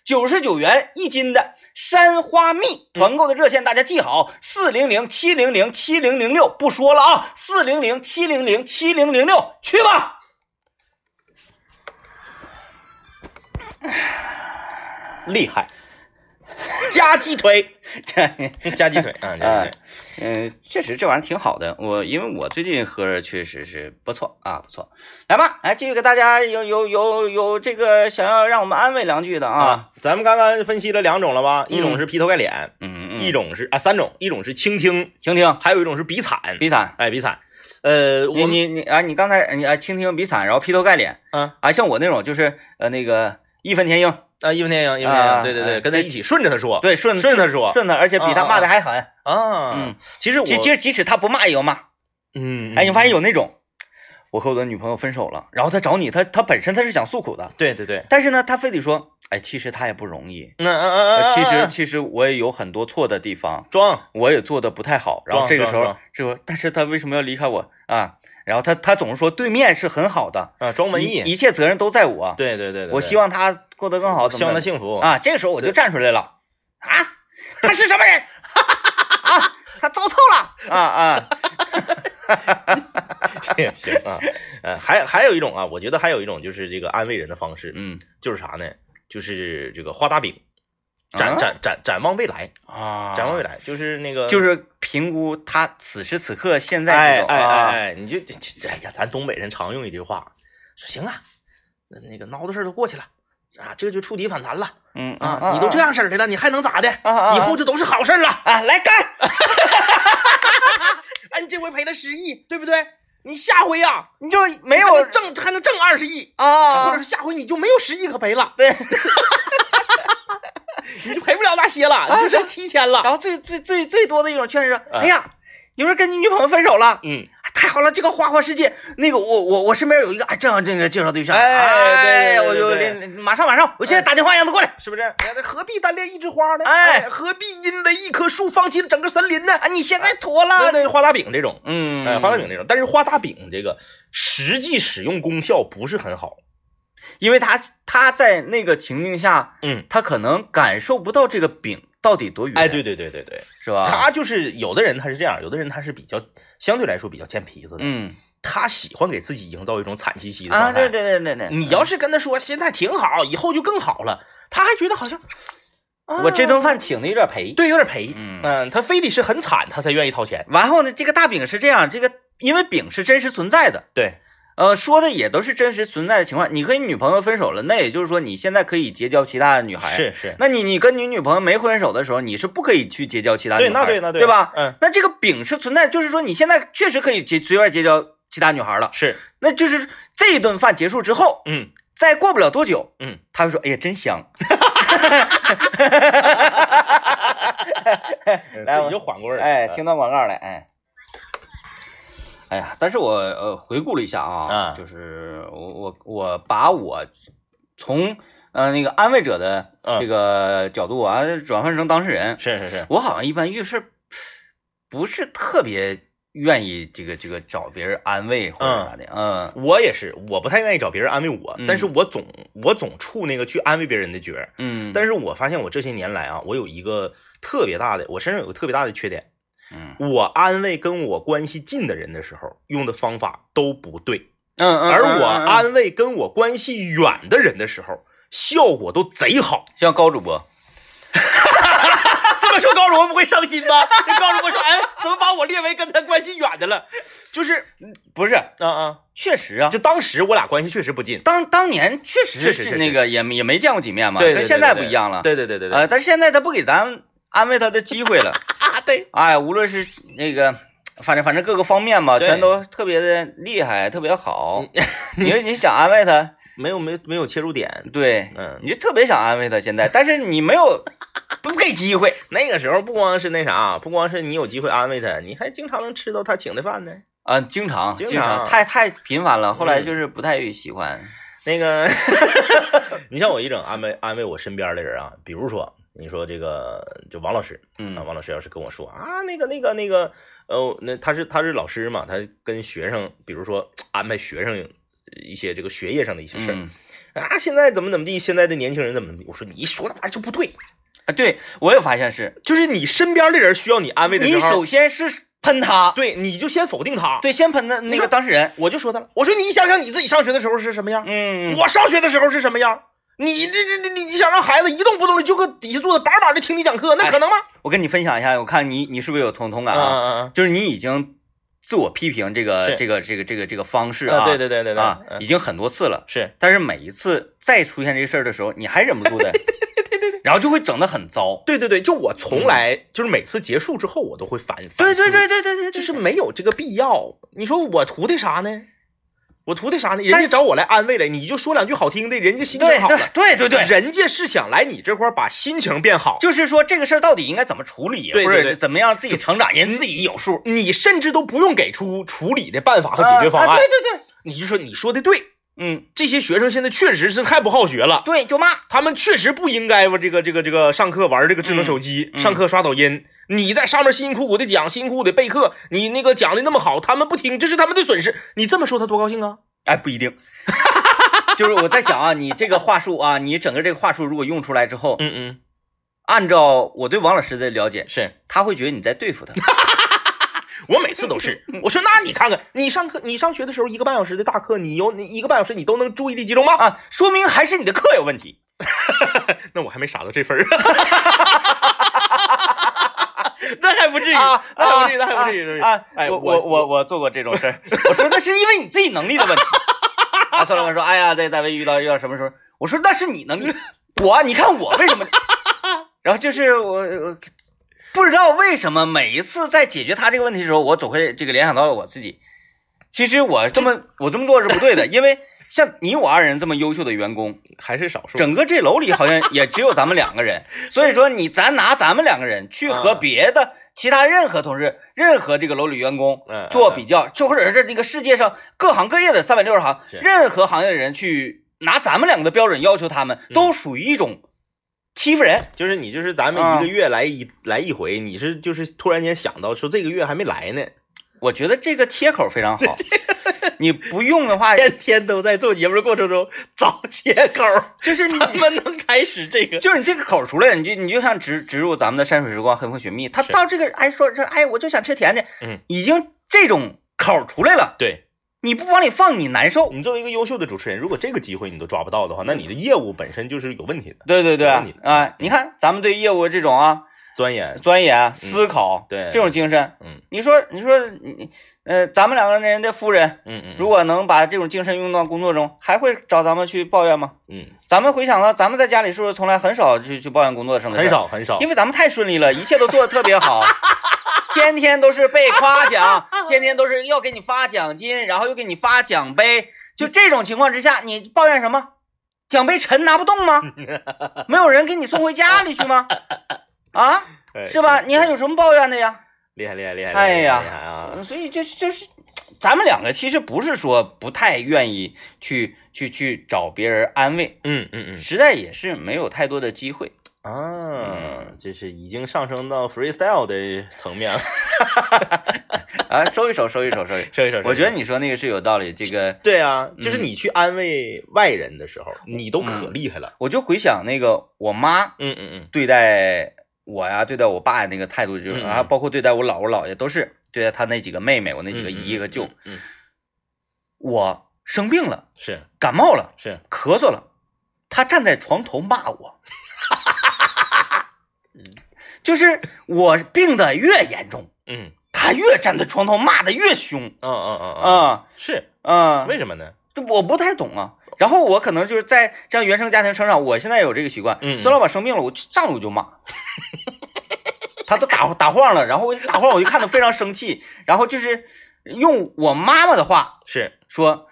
Speaker 1: 九十九元一斤的山花蜜。团购的热线大家记好：四零零七零零七零零六。不说了啊，四零零七零零七零零六，去吧。
Speaker 2: 厉害，加鸡腿， 加鸡腿， 啊，加鸡腿，
Speaker 1: 嗯，确实这玩意儿挺好的。我因为我最近喝着确实是不错啊，不错。来吧，来继续给大家有有有有这个想要让我们安慰两句的啊。
Speaker 2: 啊，咱们刚刚分析了两种了吧？一种是劈头盖脸，
Speaker 1: 嗯嗯，
Speaker 2: 一种是啊三种，一种是倾听，
Speaker 1: 听听
Speaker 2: 还有一种是比惨，
Speaker 1: 比惨，
Speaker 2: 哎，比惨，呃，
Speaker 1: 你
Speaker 2: 我
Speaker 1: 你你啊，你刚才你啊，倾听比惨，然后劈头盖脸
Speaker 2: 嗯
Speaker 1: 啊，像我那种就是呃那个义愤填膺，
Speaker 2: 啊，一分天阳，一分天
Speaker 1: 啊
Speaker 2: 阳，对对
Speaker 1: 哎
Speaker 2: 对，跟他一起顺着他说，
Speaker 1: 对，顺
Speaker 2: 顺着他说
Speaker 1: 顺的，而且比
Speaker 2: 嗯
Speaker 1: 他骂的还狠。
Speaker 2: 啊
Speaker 1: 嗯，，
Speaker 2: 其实我
Speaker 1: 即即即使他不骂也要骂。
Speaker 2: 嗯，嗯
Speaker 1: 哎，你发现有那种，我和我的女朋友分手了，然后他找你，他他本身他是想诉苦的，
Speaker 2: 对对对，
Speaker 1: 但是呢，他非得说，哎，其实他也不容易，
Speaker 2: 那啊啊啊，
Speaker 1: 呃其实
Speaker 2: 啊
Speaker 1: 其实我也有很多错的地方，
Speaker 2: 装
Speaker 1: 我也做的不太好。然后
Speaker 2: 装
Speaker 1: 这个时
Speaker 2: 装
Speaker 1: 候
Speaker 2: 装，
Speaker 1: 这个但是他为什么要离开我啊？然后他他总是说对面是很好的，
Speaker 2: 啊装文
Speaker 1: 一
Speaker 2: 艺，
Speaker 1: 一切责任都在我。
Speaker 2: 对对对对，
Speaker 1: 我希望
Speaker 2: 望
Speaker 1: 他过得更好，
Speaker 2: 希望他
Speaker 1: 幸
Speaker 2: 幸
Speaker 1: 福，
Speaker 2: 福
Speaker 1: 啊。这个时候我就站出来了啊，他是什么人？啊，他糟透了啊 啊！
Speaker 2: 行啊，呃，还还有一种啊，我觉得还有一种就是这个安慰人的方式，
Speaker 1: 嗯
Speaker 2: 就是啥呢？就是这个画大饼，
Speaker 1: 啊
Speaker 2: 展展展展望未来，
Speaker 1: 啊，
Speaker 2: 展望未来，就是那个，
Speaker 1: 就是是评估他此时此刻现在
Speaker 2: 哎
Speaker 1: 这种
Speaker 2: 哎
Speaker 1: 啊
Speaker 2: 哎哎，你就哎呀，咱东北人常用一句话，说行啊，那那个孬的事儿都过去了。啊，这就触底反弹了
Speaker 1: 嗯
Speaker 2: 啊！你都这样式儿的了，你还能咋的？
Speaker 1: 啊
Speaker 2: 以后就都是好事儿了。
Speaker 1: 啊，来干！
Speaker 2: 哎，你这回赔了十亿，对不对？你下回呀、
Speaker 1: 你就没
Speaker 2: 还
Speaker 1: 有
Speaker 2: 能挣还能挣二十亿，
Speaker 1: 啊
Speaker 2: 或者是下回你就没有十亿可赔了，
Speaker 1: 对，
Speaker 2: 你就赔不了那些了，你就剩七千了。
Speaker 1: 然后最最最最多的一种劝是，
Speaker 2: 嗯
Speaker 1: 哎呀，有人跟你女朋友分手了，
Speaker 2: 嗯，
Speaker 1: 哎太好了，这个花花世界，那个我我我身边有一个哎这样这个介绍对象，
Speaker 2: 哎对对
Speaker 1: 我
Speaker 2: 对
Speaker 1: 就
Speaker 2: 对嗯
Speaker 1: 连马上马上，我现在打电话让他过来，
Speaker 2: 是不是？哎那何必单恋一枝花呢？
Speaker 1: 哎
Speaker 2: 何必因为一棵树放弃了整个森林呢？
Speaker 1: 啊，你现在妥
Speaker 2: 对
Speaker 1: 了，
Speaker 2: 对，画大饼这种，
Speaker 1: 嗯
Speaker 2: 哎，画大饼，这种，但是画大饼这个实际使用功效不是很好。
Speaker 1: 因为他他在那个情境下，
Speaker 2: 嗯，
Speaker 1: 他可能感受不到这个饼到底多圆，
Speaker 2: 哎，，对对对对对，啊
Speaker 1: 是吧？
Speaker 2: 他就是有的人他是这样，有的人他是比较相对来说比较贱皮子的，
Speaker 1: 嗯
Speaker 2: 他喜欢给自己营造一种惨兮兮的
Speaker 1: 啊，
Speaker 2: 状态
Speaker 1: 对对对对对，
Speaker 2: 你要是跟他说现在挺好，以后就更好了，他还觉得好像、啊
Speaker 1: 我这顿饭挺的有点赔，
Speaker 2: 对有点赔，
Speaker 1: 嗯
Speaker 2: 他非得是很惨，他才愿意掏钱。
Speaker 1: 然后呢，这个大饼是这样，这个因为饼是真实存在的。
Speaker 2: 对，
Speaker 1: 呃，说的也都是真实存在的情况。你和你女朋友分手了，那也就是说你现在可以结交其他的女孩。。
Speaker 2: 是是，
Speaker 1: 那你你跟你女朋友没分手的时候，你是不可以去结交其他女
Speaker 2: 对，
Speaker 1: 孩
Speaker 2: 那
Speaker 1: 儿，
Speaker 2: 对那
Speaker 1: 对，
Speaker 2: 对，
Speaker 1: 吧？
Speaker 2: 嗯，
Speaker 1: 那这个饼是存在，就是说你现在确实可以结随便结交其他女孩了。
Speaker 2: 是，
Speaker 1: 那就是这一顿饭结束之后，
Speaker 2: 嗯
Speaker 1: 再过不了多久，
Speaker 2: 嗯，
Speaker 1: 他会说：“哎呀，真香。
Speaker 2: 自
Speaker 1: 来我
Speaker 2: 己就缓过”味儿了。
Speaker 1: 哎，
Speaker 2: 嗯
Speaker 1: 听到广告了，哎。哎呀，但是我呃回顾了一下啊，
Speaker 2: 嗯
Speaker 1: 就是我我我把我从呃那个安慰者的
Speaker 2: 嗯
Speaker 1: 这个角度啊，转换成当事人，
Speaker 2: 是是是，
Speaker 1: 我好像一般遇事不是特别愿意这个这个找别人安慰或者啥的，嗯
Speaker 2: 我也是，我不太愿意找别人安慰我，
Speaker 1: 嗯
Speaker 2: 但是我总我总处那个去安慰别人的角儿。
Speaker 1: 嗯，
Speaker 2: 但是我发现我这些年来啊，我有一个特别大的，我身上有个特别大的缺点，
Speaker 1: 嗯
Speaker 2: 我安慰跟我关系近的人的时候用的方法都不对，
Speaker 1: 嗯，
Speaker 2: 而我
Speaker 1: 嗯嗯嗯
Speaker 2: 安慰跟我关系远的人的时候，效果都贼好。
Speaker 1: 像高主播，
Speaker 2: 这么说高主播不会伤心吧？这高主播说，哎，怎么把我列为跟他关系远的了？就是，
Speaker 1: 不是，
Speaker 2: 啊啊，
Speaker 1: 确实啊，
Speaker 2: 就当时我俩关系确实不近，
Speaker 1: 当当年确实
Speaker 2: 确实
Speaker 1: 是
Speaker 2: 确实
Speaker 1: 那个也也没见过几面嘛，
Speaker 2: 对，对
Speaker 1: 啊跟
Speaker 2: 对
Speaker 1: 现在不
Speaker 2: 对
Speaker 1: 一样了，
Speaker 2: 对对对对对，
Speaker 1: 呃，但是现在他不给咱安慰他的机 会了，
Speaker 2: 啊对，
Speaker 1: 哎，无论是那个。反正反正各个方面吧，
Speaker 2: 对嗯
Speaker 1: 全都特别的厉害，特别好。你你想安慰他，
Speaker 2: 没有没有没有切入点，
Speaker 1: 对，
Speaker 2: 嗯
Speaker 1: 你就特别想安慰他现在，但是你没 有不给机会，
Speaker 2: 那个时候不光是那啥，不光是你有机会安慰他，你还经常能吃到他请的饭呢。
Speaker 1: 啊，经常
Speaker 2: 经
Speaker 1: 经常
Speaker 2: 常
Speaker 1: 太太频繁了，后来
Speaker 2: 嗯
Speaker 1: 就是不太喜欢。
Speaker 2: 那 个， 你像我一整安慰安慰我身边的人啊，比如说你说这个就王老师，啊，
Speaker 1: 嗯
Speaker 2: 王老师要是跟我说啊，那个那个那个，呃，那他是他是老师嘛，他跟学生，比如说安排学生一些这个学业上的一些事儿、
Speaker 1: 嗯
Speaker 2: 啊，现在怎么怎么地，现在的年轻人怎么怎么地，我说你一说那玩意儿就不对，
Speaker 1: 啊，对我也发现是，
Speaker 2: 就是你身边的人需要你安慰的时
Speaker 1: 你
Speaker 2: 候，
Speaker 1: 首先是喷他，
Speaker 2: 对，你就先否定他，，
Speaker 1: 对，先喷他那
Speaker 2: 你
Speaker 1: 个
Speaker 2: 说
Speaker 1: 当事人，
Speaker 2: 我就说他了，我说你想想你自己上学的时候是什么样，
Speaker 1: 嗯，
Speaker 2: 我上学的时候是什么样。你这这这你你想让孩子一动不动的就搁底下坐着板板的听你讲课，那可能吗？
Speaker 1: 我跟你分享一下，我看你你是不是有同同感哎啊？
Speaker 2: 啊
Speaker 1: 就是你已经自我批评这个
Speaker 2: 是
Speaker 1: 这个这个这个这个方式
Speaker 2: 啊！
Speaker 1: 啊，
Speaker 2: 对对对对对，
Speaker 1: 啊，
Speaker 2: 嗯
Speaker 1: 已经很多次了，
Speaker 2: 是
Speaker 1: 但是每一次再出现这事儿的时候，你还忍不住 的，对对对对，然后就会整的很糟。
Speaker 2: 对对对，就我从来、就是每次结束之后，我都会反反
Speaker 1: 嗯对
Speaker 2: 思
Speaker 1: 对对对对对，
Speaker 2: 就
Speaker 1: 对
Speaker 2: 是没有这个必要。你说我图的啥呢？我图的啥呢？人
Speaker 1: 但
Speaker 2: 家找我来安慰了，你就说两句好听的，人家心情好了。
Speaker 1: 哎对对对对对，
Speaker 2: 人家是想来你这块儿把心情变好，
Speaker 1: 就是说这个事儿到底应该怎么处理，
Speaker 2: 对对
Speaker 1: 或者
Speaker 2: 对
Speaker 1: 是怎么样自己成长，人自己有数。
Speaker 2: 你甚至都不用给出处理的办法和解决方案，
Speaker 1: 啊啊对对对，
Speaker 2: 你就说你说的对，
Speaker 1: 嗯，
Speaker 2: 这些学生现在确实是太不好学了。
Speaker 1: 对，就骂。
Speaker 2: 他们确实不应该吧？这个这个这个上课玩这个智能手机，
Speaker 1: 嗯
Speaker 2: 上课刷抖音。你在上面辛辛苦苦的讲，辛辛苦苦的备课，你那个讲的那么好，他们不听，这是他们的损失。你这么说他多高兴啊？
Speaker 1: 哎，不一定。 就是我在想啊，你这个话术啊，你整个这个话术如果用出来之后，
Speaker 2: 嗯嗯，
Speaker 1: 按照我对王老师的了解，
Speaker 2: 是
Speaker 1: 他会觉得你在对付他。
Speaker 2: 我每次都是， 我说那你看看，你上课你上学的时候一个半小时的大课，你有你一个半小时你都能注意力集中吗？
Speaker 1: 啊，说明还是你的课有问题。
Speaker 2: 那我还没傻到这份 儿
Speaker 1: 那还不至于
Speaker 2: 啊那还不至于
Speaker 1: 啊
Speaker 2: 那还不至于那还不至于
Speaker 1: 啊！
Speaker 2: 哎
Speaker 1: 我
Speaker 2: 我
Speaker 1: 我我做过这种事儿，我说那是因为你自己能力的问题。 啊，算了，我说哎呀，在单位遇到遇到什么时候，我说那是你能力，我你看我为什 么？然后就是我我不知道为什么每一次在解决他这个问题的时候，我总会这个联想到我自己。其实我这么我这么做是不对的，因为像你我二人这么优秀的员工，
Speaker 2: 还是少数。
Speaker 1: 整个这楼里好像也只有咱们两个人，所以说你咱拿咱们两个人去和
Speaker 2: 嗯
Speaker 1: 别的其他任何同事、任何这个楼里员工
Speaker 2: 嗯
Speaker 1: 做比较，就或者是这个世界上各行各业的三百六十行
Speaker 2: 是
Speaker 1: 任何行业的人去拿咱们两个的标准要求他们，
Speaker 2: 嗯
Speaker 1: 都属于一种欺负人。
Speaker 2: 就是你就是咱们一个月来一、来一回，你是就是突然间想到说这个月还没来呢，
Speaker 1: 我觉得这个切口非常好， 你不用的话，
Speaker 2: 天天都在做节目的过程中找借口，
Speaker 1: 就是你。
Speaker 2: 咱们能开始这个？
Speaker 1: 就是你这个口出来，你就你就像植植入咱们的山水时光、黑风雪蜜，他
Speaker 2: 是
Speaker 1: 到这个哎说这哎我就想吃甜的，
Speaker 2: 嗯，
Speaker 1: 已经这种口出来了，
Speaker 2: 对
Speaker 1: 你不往里放，你难受。
Speaker 2: 你作为一个优秀的主持人，如果这个机会你都抓不到的话，那你的业务本身就是有问题的。
Speaker 1: 对对对，
Speaker 2: 有
Speaker 1: 啊
Speaker 2: 你、
Speaker 1: 你看咱们对业务这种啊
Speaker 2: 钻研，
Speaker 1: 钻研、思考，
Speaker 2: 嗯对
Speaker 1: 这种精神，
Speaker 2: 嗯
Speaker 1: 你说你说你呃，咱们两个人的夫人，
Speaker 2: 嗯嗯，
Speaker 1: 如果能把这种精神用到工作中，还会找咱们去抱怨吗？
Speaker 2: 嗯
Speaker 1: 咱们回想到咱们在家里是不是从来很少去去抱怨工作上的事儿
Speaker 2: 很，少很少
Speaker 1: 因，为咱们太顺利了，一切都做的特别 好。天天都是被夸 奖，天天都是要给你发奖金，然后又给你发奖杯，就这种情况之下，你抱怨什么？奖杯沉拿不动 吗？没有人给你送回家里去 吗？啊，
Speaker 2: 哎
Speaker 1: 是吧？你还有什么抱怨的呀？
Speaker 2: 厉害厉害厉害，
Speaker 1: 哎呀
Speaker 2: 厉害啊！
Speaker 1: 所以就是就是，咱们两个其实不是说不太愿意去去去找别人安慰，
Speaker 2: 嗯嗯
Speaker 1: 实在也是没有太多的机会。
Speaker 2: 嗯啊，这是已经上升到 freestyle 的层 面了。
Speaker 1: 啊，收一收，收一 收，收一收。
Speaker 2: 这事
Speaker 1: 我觉得你说那个是有道理，这个
Speaker 2: 对啊，就是
Speaker 1: 嗯
Speaker 2: 你去安慰外人的时候，你都可厉害了。
Speaker 1: 我就回想那个我妈
Speaker 2: 嗯嗯
Speaker 1: 对待我呀，对待我爸那个态度，就是
Speaker 2: 嗯
Speaker 1: 啊，
Speaker 2: 嗯
Speaker 1: 包括对待我姥我姥爷都是对待他那几个妹妹，我那
Speaker 2: 嗯，
Speaker 1: 几个
Speaker 2: 嗯
Speaker 1: 姨和舅
Speaker 2: 嗯，嗯，嗯
Speaker 1: 我生病了，
Speaker 2: 是
Speaker 1: 感冒了，
Speaker 2: 是，
Speaker 1: 咳嗽了，他站在床头骂 我，就是我病的越严重，
Speaker 2: 嗯
Speaker 1: 他越站在床头骂的越凶
Speaker 2: 嗯嗯嗯嗯，
Speaker 1: 啊
Speaker 2: 是
Speaker 1: 啊！
Speaker 2: 为什么呢？
Speaker 1: 这我不太懂啊。然后我可能就是在这样原生家庭成长，我现在有这个习惯。
Speaker 2: 嗯嗯
Speaker 1: 孙老板生病了，我就上来我就骂， 他都打打晃了，然后我就打晃，我就看他非常生气，然后就是用我妈妈的话
Speaker 2: 是
Speaker 1: 说，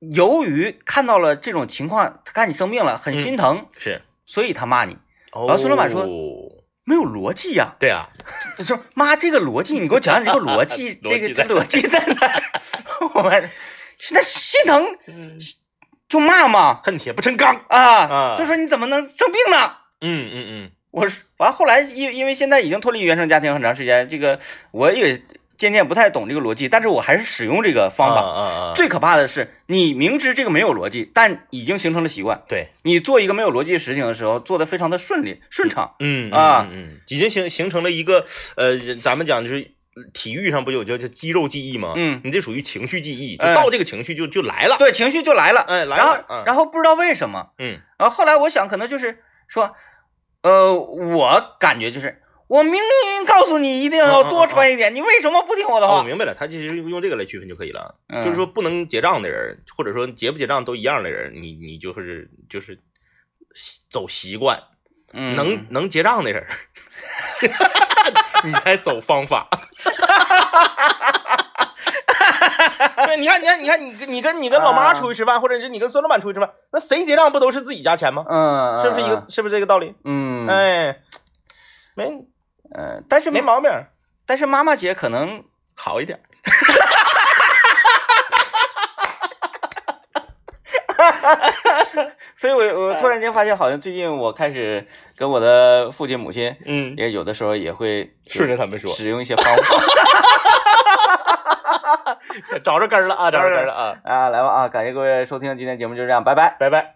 Speaker 1: 由于看到了这种情况，他看你生病了，很心疼，
Speaker 2: 是，啊
Speaker 1: 所以他骂你
Speaker 2: 然
Speaker 1: 后孙老板说没有逻辑呀、
Speaker 2: 哦对啊，
Speaker 1: 他说：“妈，这个逻辑，你给我讲讲你这个逻辑，这个
Speaker 2: 逻辑
Speaker 1: 这
Speaker 2: 在
Speaker 1: 个逻辑在哪儿？” 我们那心疼就骂嘛
Speaker 2: 恨铁不成钢。
Speaker 1: 啊，
Speaker 2: 啊
Speaker 1: 就说你怎么能生病呢？
Speaker 2: 嗯嗯
Speaker 1: 我是完后来因因为现在已经脱离原生家庭很长时间，这个我也渐渐不太懂这个逻辑，但是我还是使用这个
Speaker 2: 嗯，
Speaker 1: 方法。
Speaker 2: 啊啊啊，
Speaker 1: 最可怕的是，你明知这个没有逻辑，但已经形成了习惯。
Speaker 2: 对，
Speaker 1: 你做一个没有逻辑的事情的时候，做的非常的顺利顺畅。
Speaker 2: 嗯
Speaker 1: 啊
Speaker 2: 嗯嗯，已经形形成了一个呃，咱们讲就是。体育上不有叫叫肌肉记忆吗？
Speaker 1: 嗯
Speaker 2: 你这属于情绪记忆，就
Speaker 1: 哎
Speaker 2: 到这个情绪就就来了。
Speaker 1: 对，情绪就来了。
Speaker 2: 哎，来
Speaker 1: 然后
Speaker 2: 了。，嗯
Speaker 1: 然后不知道为什么，
Speaker 2: 嗯
Speaker 1: 然后后来我想，可能就是说，呃，我感觉就是，我明明告诉你一定
Speaker 2: 嗯
Speaker 1: 要多穿一点，你为什么不听我的
Speaker 2: 哦，我
Speaker 1: 话？
Speaker 2: 明白了，他其实用这个来区分就可以了。
Speaker 1: 嗯
Speaker 2: 就是说，不能结账的人，或者说结不结账都一样的人，你你就是就是习走习惯，
Speaker 1: 嗯
Speaker 2: 能能结账的人， 你才走方法。 对，你看，你看，你看，你跟你跟你跟老妈出去吃饭，或者是你跟孙老板出去吃饭，那谁结账不都是自己家钱吗？
Speaker 1: 嗯，
Speaker 2: 是不是一个？是不是这个道理？
Speaker 1: 嗯？嗯，
Speaker 2: 哎，没
Speaker 1: 呃，但是
Speaker 2: 没毛病，
Speaker 1: 但是妈妈姐可能
Speaker 2: 好一点。
Speaker 1: 所以我我突然间发现，好像最近我开始跟我的父亲母亲
Speaker 2: 嗯，
Speaker 1: 也有的时候也会
Speaker 2: 顺着他们说，
Speaker 1: 使用一些方法
Speaker 2: 找着根儿了啊，找着根儿了啊，
Speaker 1: 啊啊，来吧啊，感谢各位收听今天节目，就这样，拜拜。
Speaker 2: 拜拜。